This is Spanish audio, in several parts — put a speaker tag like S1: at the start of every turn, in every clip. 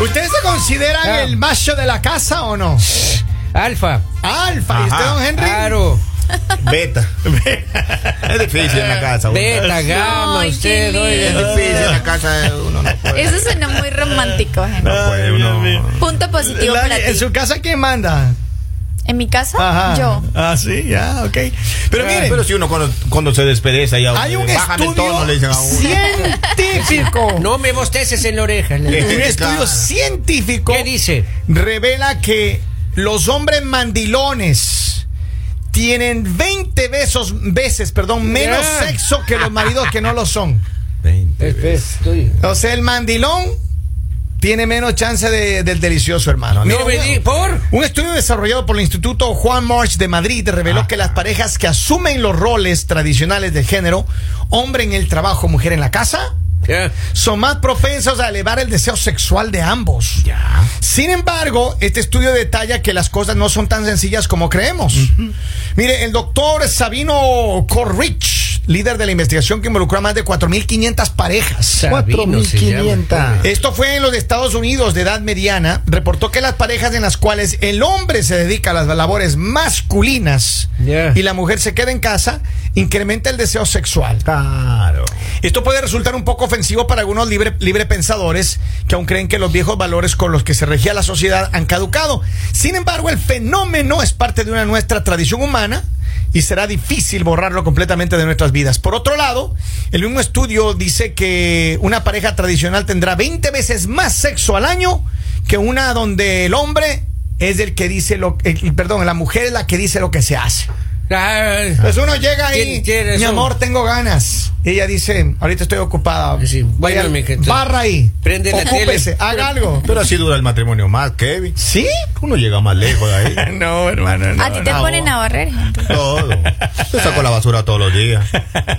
S1: ¿Ustedes se consideran
S2: Ah.
S1: el macho de la casa o no?
S2: Alfa. Ah,
S1: Alfa, ¿y usted,
S3: Ajá.
S1: don Henry?
S2: Claro.
S3: Beta. es difícil en la casa. uno.
S2: Beta, gama,
S4: Ay, qué
S2: usted,
S3: Es
S2: oiga.
S4: lindo.
S3: difícil en la casa. Uno no puede.
S4: Eso suena muy romántico, gente.
S3: No puede uno.
S4: Punto positivo
S1: La-
S4: para
S1: ¿En
S4: ti.
S1: su casa quién manda?
S4: En mi casa,
S1: Ajá.
S4: yo.
S1: Ah, sí, ya, ok. Pero
S3: Pero
S1: miren,
S3: pero si uno cuando, cuando se despedeza ya
S1: hay un
S3: bajan el
S1: estudio
S3: tono, Eh, le dicen a uno.
S1: científico.
S2: No me bosteces en la oreja.
S3: ¿Qué?
S1: Un estudio
S3: Claro.
S1: científico
S2: ¿Qué dice?
S1: revela que los hombres mandilones tienen 20 besos, veces perdón, menos
S2: Ya.
S1: sexo que los maridos que no lo son.
S3: 20 veces.
S2: Estoy...
S1: O sea, el mandilón tiene menos chance de- del delicioso, hermano.
S2: No me
S1: un-
S2: di- ¿por?
S1: Un estudio desarrollado por el Instituto Juan March de Madrid
S2: Ah.
S1: reveló que las parejas que asumen los roles tradicionales de género, hombre en el trabajo, mujer en la casa,
S2: Ya.
S1: son más propensos a elevar el deseo sexual de ambos.
S3: Ya.
S1: Sin embargo, este estudio detalla que las cosas no son tan sencillas como creemos. Mire, el doctor Sabino Corrich, líder de la investigación que involucró a más de 4.500 parejas.
S2: Sabino se llama.
S3: 4500.
S1: Esto fue en los Estados Unidos de edad mediana. Reportó que las parejas en las cuales el hombre se dedica a las labores masculinas
S2: Yeah.
S1: y la mujer se queda en casa, incrementa el deseo sexual.
S3: Claro.
S1: Esto puede resultar un poco ofensivo para algunos libre, librepensadores que aún creen que los viejos valores con los que se regía la sociedad han caducado. Sin embargo, el fenómeno es parte de una nuestra tradición humana y será difícil borrarlo completamente de nuestras vidas. Por otro lado, el mismo estudio dice que una pareja tradicional tendrá 20 veces más sexo al año que una donde el hombre es el que dice lo el- perdón, la mujer es la que dice lo que se hace.
S2: Ah,
S1: Pues uno llega ahí,
S2: ¿Quién quiere
S1: mi
S2: eso?
S1: amor, tengo ganas. Y ella dice, ahorita estoy ocupada.
S2: Sí,
S1: Vaya,
S2: dígame que tú-
S1: barra ahí.
S2: Prende la
S1: Ocúpese,
S2: tele.
S1: haga algo.
S3: Pero así dura el matrimonio más, Kevin.
S1: ¿Sí?
S3: Uno llega más lejos ahí.
S1: No, hermano,
S4: A ti te ponen a barrer, gente.
S3: Todo. Yo saco la basura todos los días.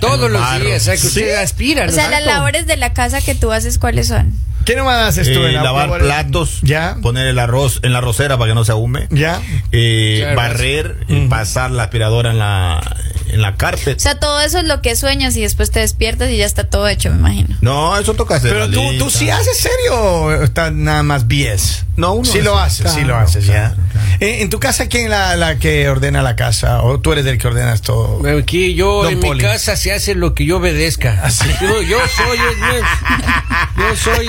S2: todos los
S3: Barro.
S2: días, o sea, que usted aspira.
S4: O
S2: ¿no?
S4: sea, las
S2: Tanto.
S4: labores de la casa que tú haces, ¿cuáles son?
S1: ¿Qué nomás haces tú?
S3: Eh,
S1: en la-
S3: lavar
S1: en-
S3: platos.
S1: Ya,
S3: Poner el arroz en la rosera para que no se ahume.
S1: ya.
S3: Eh,
S2: Claro.
S3: barrer, eh, pasar la aspiradora en la, en la carpet.
S4: O sea, todo eso es lo que sueñas y después te despiertas y ya está todo hecho, me imagino.
S3: No, eso toca hacer.
S1: Pero
S3: la
S1: tú,
S3: lista.
S1: tú sí haces serio o estás nada más bies.
S3: No, uno
S1: Sí
S3: hace-
S1: lo haces, sí lo
S3: claro,
S1: haces, ya.
S3: claro, claro.
S1: Eh, ¿En tu casa quién es la, la que ordena la casa? ¿O tú eres el que ordenas todo?
S2: Aquí yo
S1: Don
S2: en
S1: Poli. Ah,
S2: mi casa se hace lo que yo obedezca. Yo, yo soy el, yo soy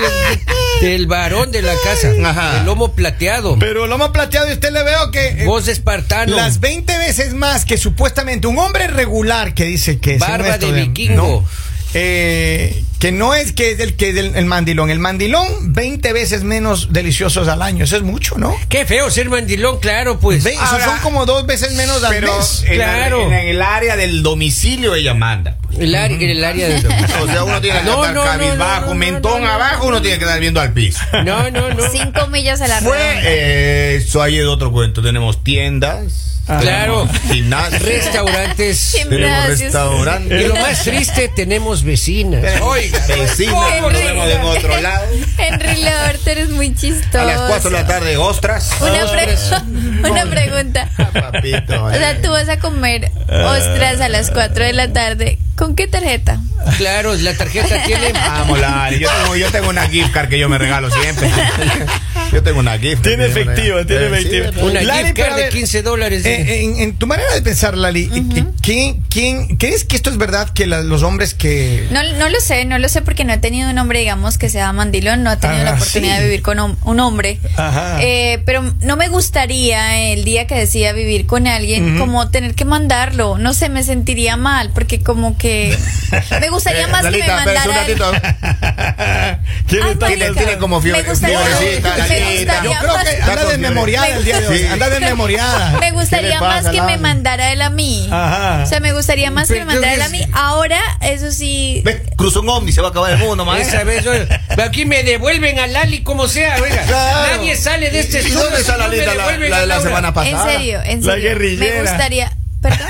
S2: el, el varón de la casa,
S3: Ajá.
S2: el lomo plateado,
S1: Pero lo más plateado y usted le veo que... eh,
S2: voz de espartano,
S1: Las 20 veces más que supuestamente un hombre regular que dice que es
S2: Barba
S1: nuestro
S2: de vikingo.
S1: no, eh, que no es que es el que es el, el mandilón. El mandilón, 20 veces menos deliciosos al año. Eso es mucho, ¿no?
S2: Qué feo ser mandilón, claro, pues.
S1: Ve, eso
S3: Ahora-
S1: son como dos veces menos al
S3: Pero
S1: mes.
S3: en,
S2: Claro.
S3: en el área del domicilio ella manda.
S2: El, área- el área del
S3: O sea, uno tiene que
S2: No,
S3: estar
S2: no, no,
S3: cabizbajo,
S2: no, no,
S3: mentón
S2: no, no,
S3: abajo, uno tiene que estar viendo al piso.
S2: No, no, no.
S4: Cinco millas a la
S3: Fue
S4: redonda.
S3: eh, eso ahí es otro cuento. Tenemos tiendas,
S1: Ah,
S2: Claro.
S3: gimnasios,
S2: Restaurantes.
S4: Siempre
S3: tenemos
S4: haces-
S2: Y
S3: restaurantes,
S2: lo más triste, tenemos vecinas. Oiga.
S3: vecinas, nos vemos en otro lado.
S4: Henry Labert, eres muy chistoso.
S3: A las 4 de la tarde, ostras.
S4: Una,
S2: Ostras.
S4: pre- una pregunta.
S3: Papito,
S4: O sea,
S3: eh.
S4: tú vas a comer ostras a las 4 de la tarde. ¿Con qué tarjeta?
S2: Claro, la tarjeta tiene.
S1: Ah,
S3: Vamos, Lari. Yo tengo, yo tengo una gift card que yo me regalo siempre. Yo tengo una gift. card
S1: Tiene
S3: que yo me
S1: efectivo,
S3: regalo.
S1: tiene
S3: Eh, sí,
S1: efectivo.
S2: Una
S1: Lali,
S2: gift
S1: pero
S2: card
S1: a
S2: de
S1: ver,
S2: 15 dólares.
S1: Eh, en, en tu manera de pensar, Lali, eh, ¿quién, quién, crees que esto es verdad que la- los hombres que...
S4: No, no lo sé, no lo sé porque no he tenido un hombre, digamos, que sea mandilón, no he tenido
S1: Ah,
S4: la oportunidad
S1: sí.
S4: de vivir con hom- un hombre.
S1: Ajá.
S4: Eh, pero no me gustaría el día que decida vivir con alguien, como tener que mandarlo. No sé, me sentiría mal porque como que... Me gustaría
S3: Eh,
S4: más que me
S3: Lalita, espérese un
S4: mandara... él.
S3: ratito.
S1: ¿Quién
S4: Ay,
S1: está-
S4: marica.
S3: Tiene- tiene como fiebre-
S4: Me gustaría-
S3: fiebre,
S4: me
S3: Lalita.
S4: gustaría
S1: Yo creo
S4: más-
S1: que
S3: Está
S1: anda
S3: con
S1: desmemoriada el día de hoy.
S3: Sí.
S1: Anda desmemoriada.
S4: Me gustaría
S3: pasa,
S4: más que
S3: Lali?
S4: me mandara él a mí.
S1: Ajá.
S4: O sea, me gustaría más que me
S2: Pero
S4: mandara él a
S2: es-
S4: mí. Ahora, eso sí.
S3: Ve, cruzó un ovni, se va a acabar el mundo,
S2: Esa
S3: maestra.
S2: vez, oiga, aquí me devuelven a Lali como sea, oiga.
S3: Claro.
S2: Nadie sale de este
S3: ¿Y
S2: estudio
S3: dónde está
S2: si no
S3: la
S2: me
S3: lista la,
S2: devuelven
S3: la de
S2: a
S3: la
S2: Laura?
S3: semana
S4: En
S3: pasada?
S4: serio, en
S1: La
S4: serio.
S1: guerrillera.
S4: Me gustaría. Perdón.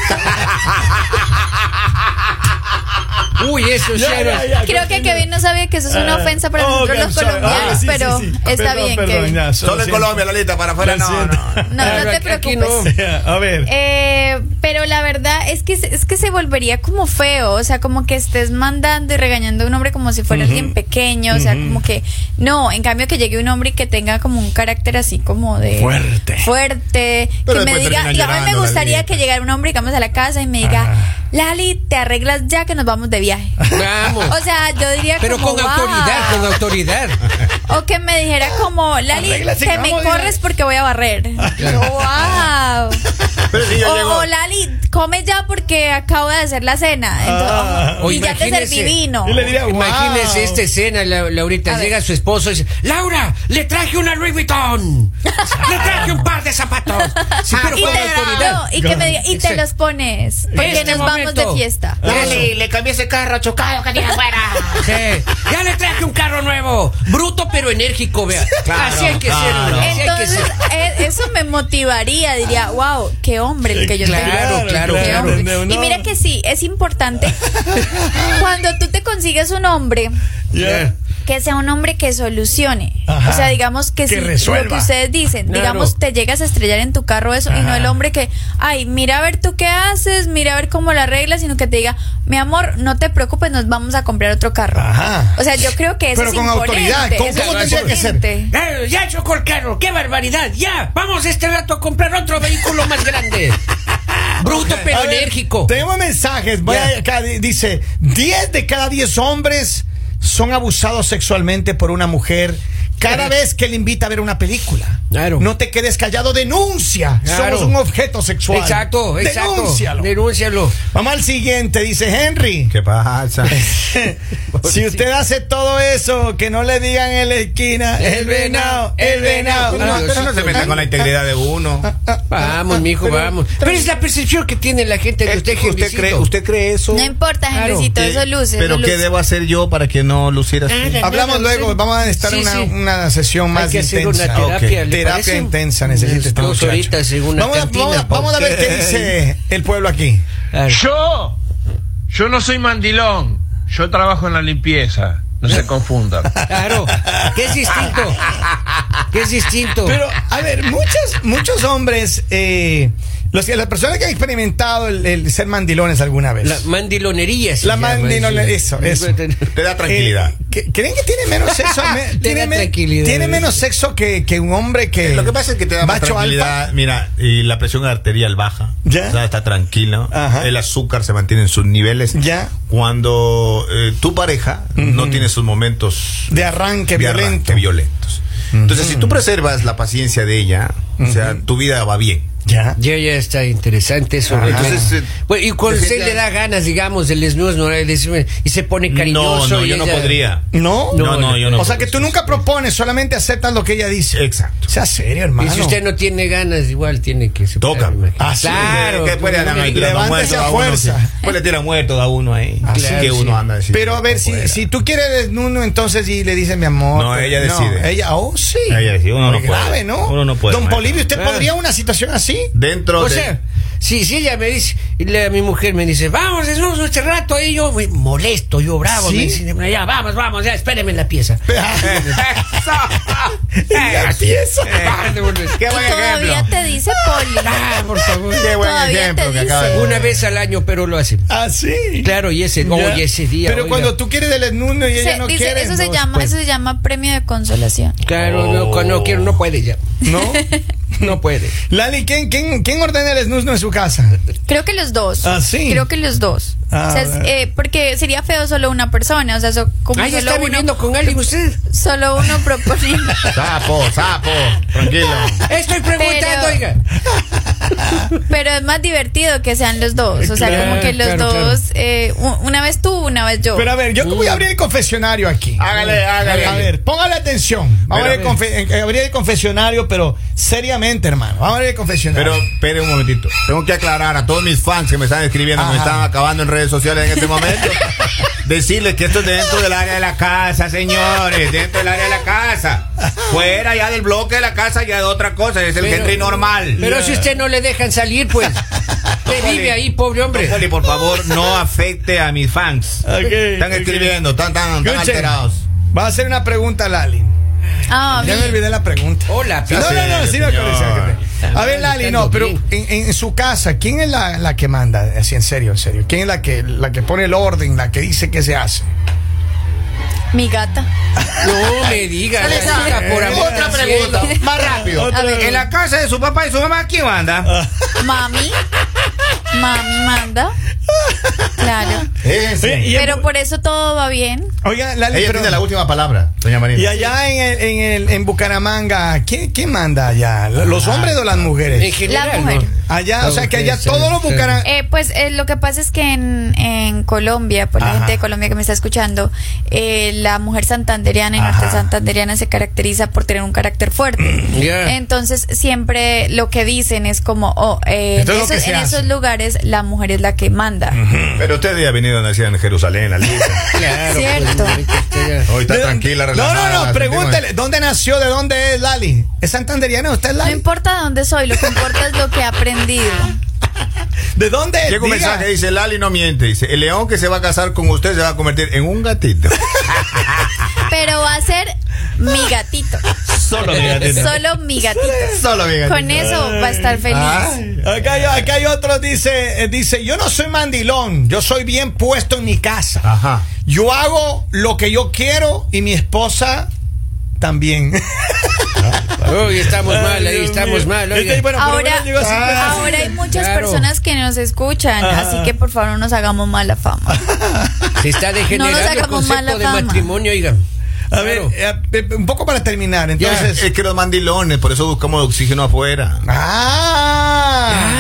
S2: Uy, eso sí
S1: Ya,
S2: era.
S1: ya, ya,
S4: Creo que
S1: continúa.
S4: Kevin no sabía que eso es una ofensa para
S1: Oh,
S4: nosotros
S1: I'm
S4: los
S1: sorry.
S4: colombianos,
S1: Ah, sí, sí,
S4: pero
S1: sí.
S4: está
S1: Perdón,
S4: bien,
S1: perdón,
S4: Kevin.
S1: ya, solo
S3: Solo en
S1: siento.
S3: Colombia, Lolita, para afuera
S1: Lo
S3: no, no.
S1: siento.
S4: No, no te
S2: Aquí
S4: preocupes.
S1: A ver.
S4: Eh, pero la verdad es que es que se volvería como feo, o sea, como que estés mandando y regañando a un hombre como si fuera alguien pequeño, o sea, como que no, en cambio que llegue un hombre y que tenga como un carácter así como de
S1: Fuerte.
S4: fuerte,
S3: Pero
S4: que me
S3: después
S4: diga,
S3: termina
S4: y a mí me
S3: llorando,
S4: gustaría
S3: Lalita.
S4: que llegara un hombre, digamos, a la casa y me diga,
S2: Ah.
S4: Lali, te arreglas ya que nos vamos de viaje.
S2: Vamos.
S4: O sea, yo diría
S2: Pero
S4: como,
S2: con
S4: "Wow".
S2: autoridad, con autoridad.
S4: O que me dijera como, Lali,
S1: Arréglate,
S4: te me
S1: vamos,
S4: corres porque voy a barrer. Yo, wow.
S3: Pero si yo
S4: O,
S3: llego.
S4: o, Lali, come ya porque acabo de hacer la cena. Entonces,
S1: Ah.
S4: y ya te
S2: Imagínese.
S4: serví vino.
S1: Yo le diría, wow.
S2: Imagínese esta escena, La- Laurita.
S4: A ver.
S2: Llega su esposo y dice: Laura, le traje una Louis Vuitton. Le traje un par de zapatos. Sí, pero
S4: Y,
S2: con
S4: te, no,
S2: autoridad.
S4: y que me diga, y te
S2: Ese-
S4: los pones. Porque
S2: Este
S4: nos vamos
S2: momento.
S4: de fiesta.
S5: Dale, le cambié ese carro chocado que tiene afuera.
S2: Sí. Ya le traje un carro nuevo. Bruto pero enérgico, vea.
S3: Claro,
S2: así hay que ser,
S3: claro.
S2: hombre, así hay que
S4: Entonces,
S2: ser.
S4: eh, eso me motivaría, diría, wow, qué hombre el que yo tengo.
S2: Claro, claro,
S4: Qué
S2: claro.
S4: hombre.
S1: No, no.
S4: Y mira que sí, es importante cuando tú te consigues un hombre
S1: Yeah.
S4: que sea un hombre que solucione.
S1: Ajá.
S4: O sea, digamos que,
S1: Que
S4: si
S1: resuelva.
S4: lo que ustedes dicen,
S2: Claro.
S4: digamos, te llegas a estrellar en tu carro eso y no el hombre que, ay, mira a ver tú qué haces, mira a ver cómo la arreglas, sino que te diga, mi amor, no te preocupes, nos vamos a comprar otro carro.
S1: Ajá.
S4: O sea, yo creo que eso
S1: Pero
S4: es
S1: con
S4: imponente,
S1: autoridad, ¿cómo-
S4: eso es
S1: cómo tendría que ser?
S4: imponente.
S2: Claro, Eh, ya chocó el carro, qué barbaridad, ya, vamos este rato a comprar otro vehículo más grande. Bruto pero
S1: A ver,
S2: enérgico.
S1: Tenemos mensajes. Voy
S2: Ya.
S1: acá, di- dice, 10 de cada 10 hombres son abusados sexualmente por una mujer cada vez que le invita a ver una película.
S2: Claro.
S1: No te quedes callado, denuncia.
S2: Claro.
S1: Somos un objeto sexual.
S2: Exacto, exacto.
S1: Denúncialo.
S2: Denúncialo.
S1: Vamos al siguiente, dice Henry.
S3: ¿Qué pasa?
S1: si usted hace todo eso, que no le digan en la esquina, el venado, el venado.
S3: No,
S2: Claro,
S3: pero no se metan con la integridad de uno.
S2: Vamos, mijo, vamos. Pero es la percepción que tiene la gente
S1: Eh,
S2: de usted,
S3: Es que ¿Usted
S2: Jesucristo.
S3: cree, usted cree eso?
S4: No importa,
S2: Claro.
S4: Henrycito, eso luce.
S3: Eh, ¿Pero
S4: eso
S3: qué
S4: luce. Ah,
S3: debo hacer yo para que no luciera así?
S2: Nada.
S1: Hablamos luego, vamos a necesitar
S2: Sí,
S1: una,
S2: sí.
S1: una sesión
S2: Hay
S1: más
S2: que hacer una
S1: intensa.
S2: terapia.
S1: Ok.
S2: ¿le
S1: Terapia
S2: parece?
S1: intensa necesita este
S2: Dos
S1: muchacho.
S2: horitas en una
S1: vamos, a,
S2: cantina,
S1: vamos a- vamos a ver qué dice el pueblo aquí.
S2: Claro.
S6: Yo, yo no soy mandilón. Yo trabajo en la limpieza. No se confundan.
S2: Claro, que es distinto. Que es distinto.
S1: Pero, a ver, muchas, muchos hombres, eh, los, que- las personas que han experimentado el, el ser mandilones alguna vez.
S2: la mandilonería. se
S1: La
S2: llama
S1: mandilone- eso, eso.
S3: Te da
S1: eh,
S3: tranquilidad.
S1: que- ¿Creen que tiene menos sexo? me- tiene,
S2: da
S1: men-
S2: tranquilidad.
S1: tiene menos sexo que, que un hombre que.
S3: Lo que pasa es que te da más
S1: Eh, macho
S3: tranquilidad.
S1: alfa?
S3: Mira, y la presión arterial baja.
S1: Ya.
S3: O sea, está tranquilo.
S1: Ajá.
S3: El azúcar se mantiene en sus niveles.
S1: Ya.
S3: Cuando eh, tu pareja no tiene sus momentos
S1: De arranque
S3: de
S1: violento.
S3: arranque violentos. Entonces, si tú preservas la paciencia de ella, o sea, tu vida va bien.
S1: Ya.
S2: Ya, ya está interesante eso.
S3: Ajá.
S2: Entonces,
S3: Entonces, eh,
S2: bueno, y cuando
S3: te
S2: usted
S3: sientas-
S2: le da ganas, digamos, el desnudo ¿no? Y dice, y se pone cariñoso.
S3: No, no,
S2: y
S3: yo no
S2: ella-
S3: podría.
S1: ¿No?
S3: No, no, yo no. Eh,
S1: O sea que tú nunca propones, solamente aceptas lo que ella dice.
S3: Exacto.
S1: Sea serio,
S2: Y
S1: hermano.
S2: si usted no tiene ganas, igual tiene que... superar,
S3: Toca.
S2: me imagino.
S1: Ah, sí,
S2: Eh, claro.
S3: Que después le andan ahí tirando
S1: Levántese
S3: muertos
S1: a
S3: a uno,
S1: fuerza.
S3: sí. Después le tiran muertos a uno ahí. Así
S2: Claro,
S3: que
S2: sí.
S3: uno anda diciendo,
S1: Pero a ver, si,
S3: fuera.
S1: si tú quieres desnudo, entonces y le dice mi amor.
S3: No,
S1: pues,
S3: ella decide.
S1: ella, oh, sí.
S3: Ella decide, uno no
S1: Muy
S3: puede.
S1: grave, ¿no?
S3: Uno no puede,
S1: Don
S3: maestro. Eh.
S1: Polivio, ¿usted
S2: Claro.
S1: podría una situación así?
S3: Dentro
S2: O
S3: de-
S2: sea, si, si ella me dice, y la- mi mujer me dice, vamos, desnudos este rato, ahí yo me molesto, yo bravo,
S1: ¿Sí?
S2: me dice, ya, vamos, vamos, ya, espéreme en la pieza.
S1: la pieza. eh,
S3: Qué buen
S4: y todavía
S3: ejemplo.
S4: te dice Poli.
S2: Ah, por favor.
S3: Qué buen
S4: Todavía
S3: ejemplo
S4: te
S3: que acaba de
S4: dice.
S2: Una vez al año, pero lo hacen.
S1: Así.
S2: Claro, y ese,
S1: Ah, Ya.
S2: oye, ese día.
S1: Pero
S2: oiga.
S1: cuando tú quieres del desnudo y ella
S4: Se-
S1: no
S4: dice,
S1: quiere.
S4: eso se
S1: no,
S4: llama,
S1: pues,
S4: eso se llama premio de consolación.
S2: Claro, no, cuando no quiero, no puede ya.
S1: Oh. ¿No?
S2: No puede.
S1: Lali, ¿quién, quién, quién ordena el desnudo en su casa?
S4: Creo que los dos.
S1: Ah, sí.
S4: Creo que los dos.
S1: Ah,
S4: O sea, es,
S1: bueno.
S4: eh, porque sería feo solo una persona. O sea, so- como
S2: Ahí
S4: solo
S2: está viviendo
S4: uno,
S2: con alguien usted.
S4: solo uno proponiendo.
S3: Sapo, sapo. Tranquilo.
S2: Estoy preguntando,
S4: Pero-
S2: oiga.
S4: Pero es más divertido que sean los dos. O sea,
S2: Claro,
S4: como que los
S2: claro,
S4: dos, eh, u- una vez tú, una vez yo.
S1: Pero a ver, yo te voy a abrir el confesionario aquí.
S3: Hágale, hágale.
S1: A ver, póngale atención. Vamos a
S3: Pero-
S1: abrir el, confe- eh, abrir el confesionario, pero seriamente, hermano. Vamos a abrir el confesionario.
S3: Pero, espere un momentito. Tengo que aclarar a todos mis fans que me están escribiendo, que me
S1: Ajá.
S3: están acabando en redes sociales en este momento. Decirles que esto es dentro del área de la casa, señores. Dentro del área de la casa. Fuera ya del bloque de la casa, ya de otra cosa. Es el
S2: Pero-
S3: Henry normal.
S2: Pero si usted no le dejan salir, pues. que vive ahí, pobre hombre.
S3: Tócale, por favor, no afecte a mis fans.
S1: Ok,
S3: Están
S1: ok.
S3: escribiendo, están tan, tan
S1: Escuchen,
S3: alterados.
S1: Va a hacer una pregunta, Lali.
S4: Ah,
S1: Ya me
S4: bien.
S1: olvidé la pregunta.
S3: Oh,
S2: Hola,
S1: No, no, no,
S3: serio,
S1: sí me acordé, sí me acordé.
S2: señor.
S1: A ver, Lali, no, pero en, en su casa, ¿quién es la, la que manda? Así, en serio, en serio. ¿Quién es la que, la que pone el orden, la que dice qué se hace?
S4: mi gata.
S2: No me digas.
S3: Dale,
S2: chica,
S3: dale.
S2: por amor
S3: Otra
S2: al
S3: pregunta,
S2: cielo.
S3: más rápido.
S4: A ver.
S1: eh,
S3: En la casa de su papá y su mamá, ¿quién
S1: Ah.
S3: anda?
S4: Mami. Mami manda. Claro.
S1: Y- y-
S4: Pero por eso todo va bien.
S1: Oiga, Lali,
S3: Ella
S1: pero-
S3: tiene la última palabra, doña
S1: y
S3: Marina.
S1: allá en, el- en, el- en Bucaramanga, ¿quién, quién manda allá? ¿Los
S3: Ah,
S1: hombres o las
S2: En
S1: mujeres?
S2: general,
S4: La mujer.
S2: ¿no?
S1: Allá, o sea que allá
S2: Sí,
S1: todos
S2: sí,
S1: los
S2: sí.
S1: Bucaramanga.
S4: Eh, pues eh, lo que pasa es que en, en Colombia, por la
S1: Ajá.
S4: gente de Colombia que me está escuchando, eh, la mujer santandereana y norte santandereana se caracteriza por tener un carácter fuerte.
S2: Ya.
S4: Entonces siempre lo que dicen es como, oh, eh,
S1: Esto es lo
S4: esos-
S1: que se
S4: en
S1: hace. Mm.
S4: esos lugares la mujer es la que manda.
S3: Pero usted ya ha venido nacida en Jerusalén, Lali.
S2: Claro,
S4: Cierto.
S2: pues, ya.
S3: Hoy está
S1: ¿De dónde-
S3: tranquila,
S1: No,
S3: relajada.
S1: no, no,
S3: sentimos-
S1: pregúntele, ¿dónde nació? ¿De dónde es Lali? ¿Es santanderiana? ¿Usted es
S4: No
S1: Lali?
S4: importa de dónde soy, lo que importa es lo que he aprendido.
S1: ¿De dónde es?
S3: Llega un
S1: Diga.
S3: mensaje, dice Lali no miente, dice, el león que se va a casar con usted se va a convertir en un gatito.
S4: Pero va a ser mi gatito.
S3: Solo mi
S4: Solo mi gatito.
S3: Solo mi gatito.
S4: Con eso va a estar
S1: Ah.
S4: feliz.
S3: Ay.
S1: Acá hay, acá hay otro, dice, eh, dice, yo no soy mandilón, yo soy bien puesto en mi casa.
S3: Ajá.
S1: Yo hago lo que yo quiero y mi esposa también.
S2: Uy, estamos mal ahí, estamos mal. oiga.
S4: Ahora,
S1: ahora,
S4: ahora hay muchas
S2: Claro.
S4: personas que nos escuchan, así que por favor no nos hagamos mala fama.
S2: Se está degenerando
S4: No nos
S2: el
S4: hagamos
S2: concepto
S4: mala
S2: de
S4: fama.
S2: matrimonio, oiga.
S1: a ver,
S2: Claro.
S1: eh, eh, un poco para terminar, entonces.
S3: Es que los mandilones, por eso buscamos oxígeno afuera.
S1: Ah,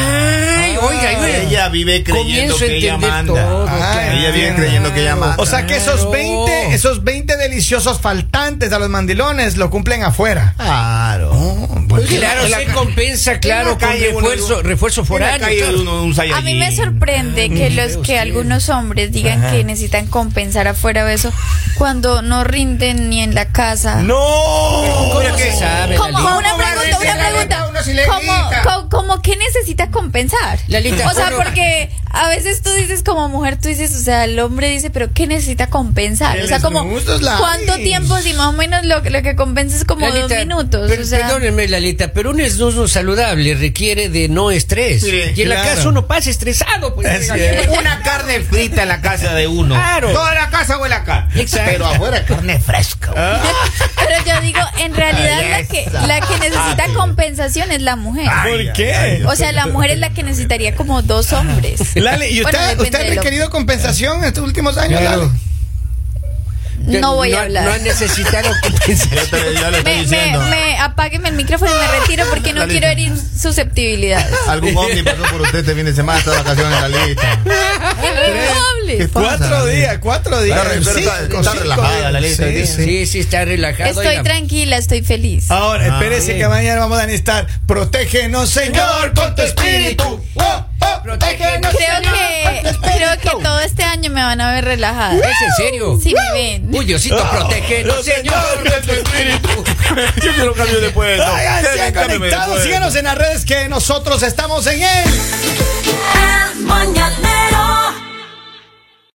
S2: Ay, oiga, oiga.
S3: Ella vive creyendo
S2: Comienzo a
S3: que ella
S2: entender
S3: manda.
S2: todo,
S3: Ah,
S2: claro.
S3: Ella vive creyendo que ella manda.
S1: o sea que esos
S2: Claro.
S1: 20, esos 20 deliciosos faltantes a los mandilones lo cumplen afuera.
S3: claro.
S1: pues
S2: Claro,
S3: En la
S2: se
S3: ca-
S2: compensa, claro,
S3: en la
S2: con
S3: calle uno-
S2: refuerzo, refuerzo
S3: en la
S2: foráneo.
S3: calle
S2: claro.
S3: uno- un
S4: A mí
S3: Saiyajin.
S4: me sorprende que los que algunos hombres digan que necesitan compensar afuera de eso cuando no rinden ni en la casa.
S1: ¡No!
S2: ¿Cómo se sabe?
S4: Como
S2: Lalita?
S4: una pregunta, una
S3: uno
S4: pregunta.
S3: si le
S4: ¿Cómo,
S3: grita?
S4: co- como qué necesitas compensar?
S2: Lalita,
S4: o sea,
S2: uno-
S4: porque a veces tú dices como mujer, tú dices, o sea, el hombre dice, pero ¿qué necesita compensar?
S1: Que
S4: O sea,
S1: les
S4: como
S1: gustes la-
S4: cuánto tiempo, si más o menos lo, lo que compensa es como dos
S2: Lalita,
S4: minutos.
S2: per-
S4: o sea,
S2: Perdónenme, Lalita, pero un esnudo saludable requiere de no estrés.
S3: Sí,
S2: y en la
S1: claro.
S2: casa uno pasa estresado. Pues,
S1: Es
S2: oiga,
S1: cierto.
S3: Una carne frita en la casa de uno.
S2: Claro.
S3: Toda la casa huele a carne.
S2: Exacto.
S3: Pero afuera carne fresca. güey.
S4: pero yo digo, en realidad la que, la que
S1: Ah,
S4: necesita
S3: Ay.
S4: compensaón es la mujer.
S1: ¿Por
S3: Ay,
S1: qué?
S3: ay, ay.
S4: O sea, la mujer es la que necesitaría como dos hombres.
S1: Lali, Ah. ¿y usted,
S4: Bueno, depende
S1: usted ha
S4: del
S1: requerido compensación en estos últimos años,
S2: Claro.
S1: Lali?
S4: hombre. No voy a
S2: No
S4: hablar.
S2: han necesitado
S3: Yo,
S2: compensar.
S3: te, yo le estoy
S4: Me, me,
S3: diciendo.
S4: me- apágueme el micrófono y me retiro porque no
S3: Lalita.
S4: quiero herir susceptibilidades.
S3: Algún ovni pasó por usted este fin de semana, está de vacaciones en la lista.
S4: Qué
S3: ¿Qué
S4: amable.
S3: pasa,
S1: Cuatro
S3: Lali?
S1: días, cuatro días.
S3: Claro, pero está-
S1: Cinco,
S3: está
S1: cinco
S3: relajada
S1: días.
S3: la lista,
S1: Sí,
S3: dice.
S1: sí.
S2: Sí, sí, está relajado.
S4: Estoy
S2: oiga.
S4: tranquila, estoy feliz.
S1: Ahora,
S3: Ah,
S1: espérese
S3: sí.
S1: que mañana vamos a necesitar. Protégenos, Señor, con tu espíritu. Oh, oh, protégenos,
S4: Creo
S1: Señor, con tu
S4: que,
S1: espíritu.
S4: creo que todo este año me van a ver relajada.
S2: ¿Es en serio?
S4: Si me ven.
S2: Uy, Diosito, protege.
S1: Oh, Los señor de tu espíritu.
S3: Yo quiero cambio de puesto.
S1: Oigan, sigan conectados, síganos en las redes que nosotros estamos en él.
S7: El Mañanero